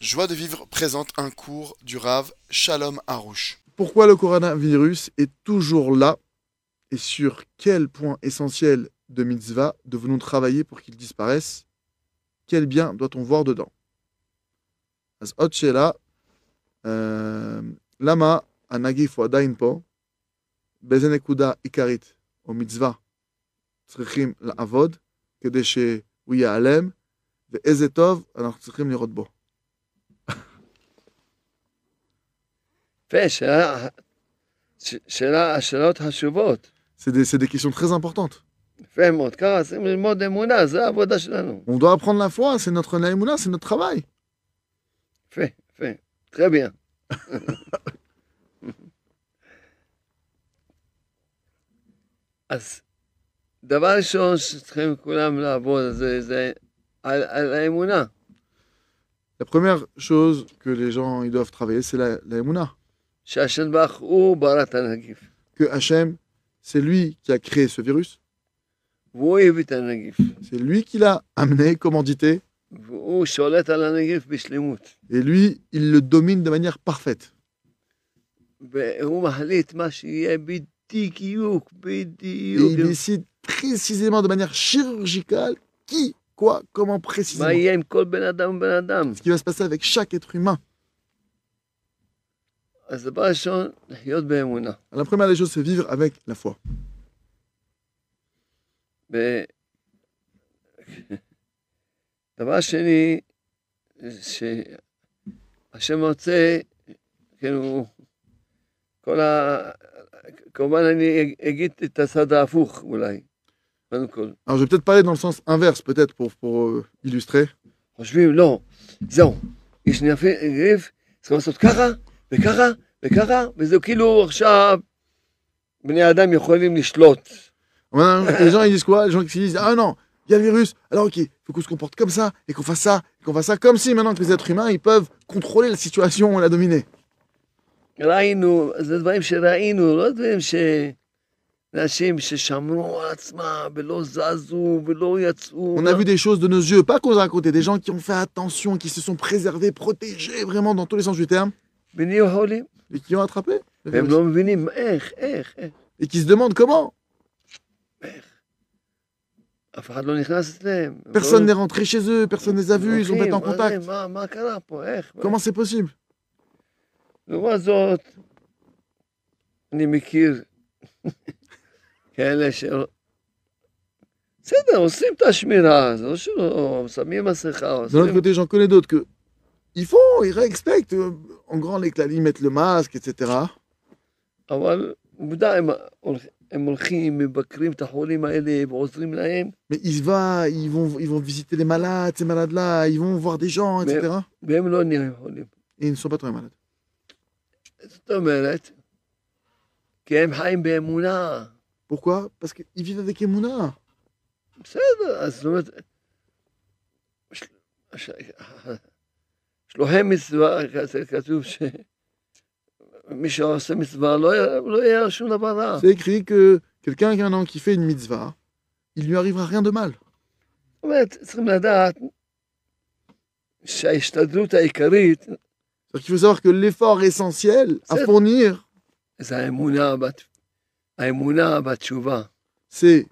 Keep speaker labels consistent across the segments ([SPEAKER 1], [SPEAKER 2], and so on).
[SPEAKER 1] Joie de vivre présente un cours du Rave Shalom Harouche.
[SPEAKER 2] Pourquoi le coronavirus est toujours là et sur quel point essentiel de mitzvah devons-nous travailler pour qu'il disparaisse Quel bien doit-on voir dedans Az euh, עוד שאלה, אה, למה הנגיף הוא עדיין פה? באיזה נקודה עיקרית או מצווה צריכים לעבוד כדי שהוא ייעלם, ואיזה טוב אנחנו צריכים לראות בו.
[SPEAKER 3] יפה, שאלה, ש- שאלה, שאלות חשובות.
[SPEAKER 2] C'est des, c'est des questions très importantes.
[SPEAKER 3] יפה מאוד. ככה צריכים ללמוד אמונה, זו העבודה שלנו.
[SPEAKER 2] On doit apprendre la foi, c'est notre naïmouna, c'est notre travail.
[SPEAKER 3] יפה, יפה. très bien. אז דבר ראשון שצריכים כולם לעבוד זה, זה על, על האמונה.
[SPEAKER 2] La première chose que les gens ils doivent travailler, c'est la, la émouna.
[SPEAKER 3] שהשם ברך הוא ברא את הנגיף,
[SPEAKER 2] Que Hachem, c'est lui qui a créé ce virus,
[SPEAKER 3] והוא הביא את הנגיף,
[SPEAKER 2] c'est lui qui l'a amené, commandité,
[SPEAKER 3] והוא שולט על הנגיף בשלמות,
[SPEAKER 2] et lui, il le domine de manière parfaite.
[SPEAKER 3] והוא מחליט מה שיהיה בדיוק,
[SPEAKER 2] Et
[SPEAKER 3] בדיוק,
[SPEAKER 2] il décide précisément, de manière chirurgicale, qui, quoi, comment
[SPEAKER 3] מה
[SPEAKER 2] précisément.
[SPEAKER 3] יהיה עם כל בן אדם ובן אדם.
[SPEAKER 2] Ce qui va se passer avec chaque être humain.
[SPEAKER 3] אז דבר ראשון, לחיות באמונה.
[SPEAKER 2] La première des choses, c'est vivre avec la foi.
[SPEAKER 3] ו- דבר שני, שהשם רוצה, כאילו, כל ה... כמובן אני אגיד את הצד ההפוך אולי, קודם כל.
[SPEAKER 2] Alors, je vais peut-être parler dans le sens inverse, peut-être, pour, pour euh, illustrer.
[SPEAKER 3] חושבים, לא, זהו, יש נגיף, צריכים לעשות ככה, וככה, וככה, וזה כאילו עכשיו בני אדם יכולים לשלוט.
[SPEAKER 2] Maintenant, les gens, ils disent quoi Les gens qui se disent Ah non, il y a le virus, alors ok, il faut qu'on se comporte comme ça, et qu'on fasse ça, et qu'on fasse ça, comme si maintenant que les êtres humains, ils peuvent contrôler la situation et la dominer.
[SPEAKER 3] ראינו, זה דברים שראינו, לא דברים ש... אנשים ששמרו על עצמם ולא זזו ולא יצאו.
[SPEAKER 2] On a vu des choses de nos yeux, pas qu'on a raconté, des gens qui ont fait attention, qui se sont préservés, protégés vraiment dans tous les sens du terme,
[SPEAKER 3] ונהיו חולים,
[SPEAKER 2] et qui ont attrapé. le
[SPEAKER 3] והם
[SPEAKER 2] virus.
[SPEAKER 3] לא מבינים איך, איך, איך.
[SPEAKER 2] Et qui se demandent comment
[SPEAKER 3] אף אחד לא נכנס אליהם. הם
[SPEAKER 2] Personne n'est
[SPEAKER 3] לא-
[SPEAKER 2] rentré chez eux, personne ne les a vus, ils ont
[SPEAKER 3] הולכים,
[SPEAKER 2] été en
[SPEAKER 3] מה זה,
[SPEAKER 2] contact.
[SPEAKER 3] מה- מה קרה פה, איך? מה?
[SPEAKER 2] Comment c'est possible
[SPEAKER 3] לעומת זאת, אני מכיר כאלה ש... בסדר, עושים את השמירה, זה לא שלא, שמים מסכה,
[SPEAKER 2] D'un autre
[SPEAKER 3] עושים...
[SPEAKER 2] côté, j'en connais d'autres que ils font, ils respectent euh, en grand les clavis, ils mettent le masque, etc.
[SPEAKER 3] אבל עובדה, הם, הולכ- הם הולכים, מבקרים את החולים האלה ועוזרים להם,
[SPEAKER 2] Mais ils, va, ils, vont, ils vont visiter les malades, ces malades-là, ils vont voir des gens,
[SPEAKER 3] Mais-
[SPEAKER 2] etc.
[SPEAKER 3] והם לא נראים חולים.
[SPEAKER 2] Et ils ne sont pas très malades.
[SPEAKER 3] זאת אומרת, כי הם חיים באמונה.
[SPEAKER 2] Pourquoi Parce qu'ils vivent avec Emouna.
[SPEAKER 3] בסדר, אז זאת אומרת... של- ש- שלוחי מצווה, כ- כתוב ש... מי שעושה מצווה לא יהיה- לא יהיה לו שום דבר רע.
[SPEAKER 2] C'est écrit que quelqu'un qui, maintenant, qui fait une mitzvah, il lui arrivera rien de mal.
[SPEAKER 3] זאת אומרת, צריכים לדעת שההשתדלות העיקרית
[SPEAKER 2] cest qu'il faut savoir que l'effort essentiel à
[SPEAKER 3] C'est-
[SPEAKER 2] fournir,
[SPEAKER 3] זה האמונה, בת- האמונה בתשובה,
[SPEAKER 2] c'est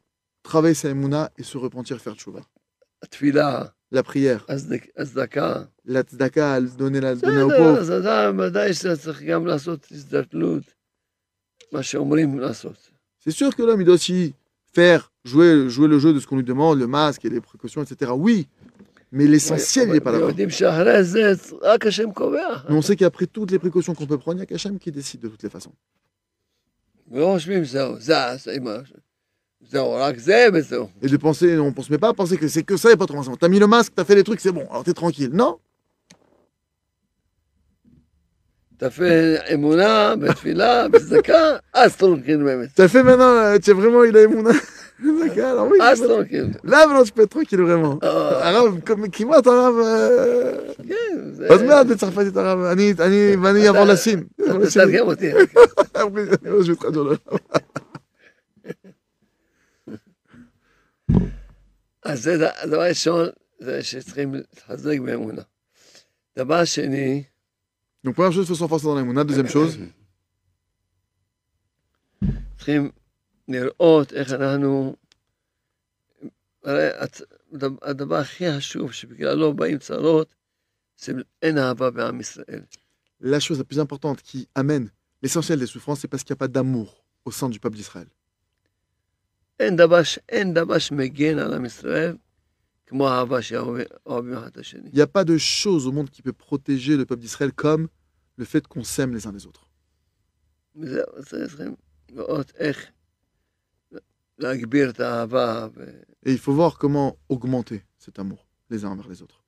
[SPEAKER 2] travailler sa Emouna et se repentir, faire tchouva.
[SPEAKER 3] התפילה,
[SPEAKER 2] La prière,
[SPEAKER 3] הצדק- הצדקה.
[SPEAKER 2] la tzedaka, donner, la, donner aux
[SPEAKER 3] בסדר,
[SPEAKER 2] pauvres.
[SPEAKER 3] אז אדם ודאי שצריך גם לעשות הזדקנות, מה שאומרים לעשות.
[SPEAKER 2] C'est sûr que l'homme, il doit aussi faire, jouer, jouer le jeu de ce qu'on lui demande, le masque et les précautions, etc. Oui, mais l'essentiel, il n'est pas là-bas.
[SPEAKER 3] יודעים שאחרי זה רק השם קובע.
[SPEAKER 2] Mais on sait qu'après toutes les précautions qu'on peut prendre, il y a qu'Hachem qui décide de toutes les façons.
[SPEAKER 3] ולא חושבים זהו, זה, זה, מה- זהו, רק זה וזהו.
[SPEAKER 2] Et de penser, on ne se met pas à penser que c'est que ça et pas autrement. C'est bon, T'as mis le masque, t'as fait les trucs, c'est bon, alors t'es tranquille. Non,
[SPEAKER 3] תפל אמונה בתפילה, בצדקה, אז תורקין באמת.
[SPEAKER 2] t'as fait maintenant, euh, tu es vraiment, il a émouna. D'accord, alors oui,
[SPEAKER 3] אז
[SPEAKER 2] c'est bon.
[SPEAKER 3] תורקין.
[SPEAKER 2] là maintenant tu peux être tranquille vraiment.
[SPEAKER 3] אה,
[SPEAKER 2] הרב, כ- כמעט הרב, אה,
[SPEAKER 3] כן, זה...
[SPEAKER 2] עוד מעט בצרפתית הרב, אני, אני, ואני אעבור לסין.
[SPEAKER 3] תתרגם אותי.
[SPEAKER 2] Je vais traduire le-
[SPEAKER 3] אז זה ד- הדבר הראשון, זה שצריכים להתחזק באמונה. דבר שני,
[SPEAKER 2] Donc, première chose, il faut s'enfoncer dans l'aïmouna. Deuxième chose,
[SPEAKER 3] צריכים לראות איך אנחנו... הרי הצ- הדב- הדבר הכי חשוב שבגללו ba'im צרות, זה אין אהבה בעם ישראל.
[SPEAKER 2] la chose la plus importante qui amène l'essentiel des souffrances, c'est parce qu'il n'y a pas d'amour au sein du peuple d'Israël.
[SPEAKER 3] אין דבר, ש- אין דבר שמגן על עם ישראל כמו אהבה שאוהבים אחד את השני.
[SPEAKER 2] Il n'y a pas de chose au monde qui peut protéger le peuple d'Israël comme le fait qu'on s'aime les uns les autres.
[SPEAKER 3] וזהו, זה צריכים לראות איך להגביר את האהבה. ו-
[SPEAKER 2] Et il faut voir comment augmenter cet amour les uns envers les autres.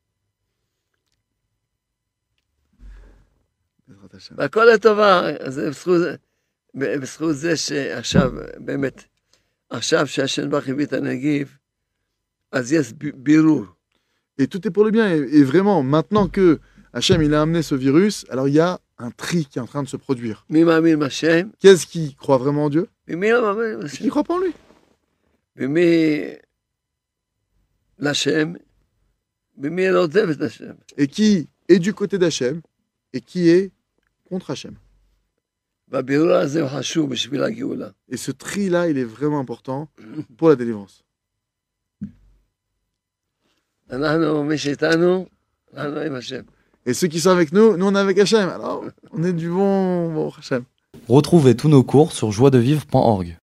[SPEAKER 2] בעזרת השם.
[SPEAKER 3] והכל לטובה, אז זה בזכות, זה- ב- בזכות זה שעכשיו, באמת, עכשיו שהשם ברוך הביא את הנגיף, אז יש ב- בירור.
[SPEAKER 2] Et tout est pour le bien. Et, et vraiment, maintenant que Hachem il a amené ce virus, alors il y a un tri qui est en train de se produire.
[SPEAKER 3] מי מאמין בשם?
[SPEAKER 2] Qu'est-ce qui croit vraiment en Dieu
[SPEAKER 3] ומי לא מאמין
[SPEAKER 2] Et
[SPEAKER 3] בשם?
[SPEAKER 2] qui ne croit pas en lui.
[SPEAKER 3] ומי לשם? ומי לא עוזב את השם?
[SPEAKER 2] Et qui est du côté d'Hachem et qui est contre Hachem.
[SPEAKER 3] והבירור הזה הוא חשוב בשביל הגאולה.
[SPEAKER 2] Et ce tri-là, il est vraiment important pour la délivrance.
[SPEAKER 3] אנחנו, מי שאיתנו, אנחנו עם השם.
[SPEAKER 2] Et ceux qui sont avec nous, nous on est avec Hachem. Alors, on est du bon, bon Hachem.
[SPEAKER 4] Retrouvez tous nos cours sur joiedevivre.org.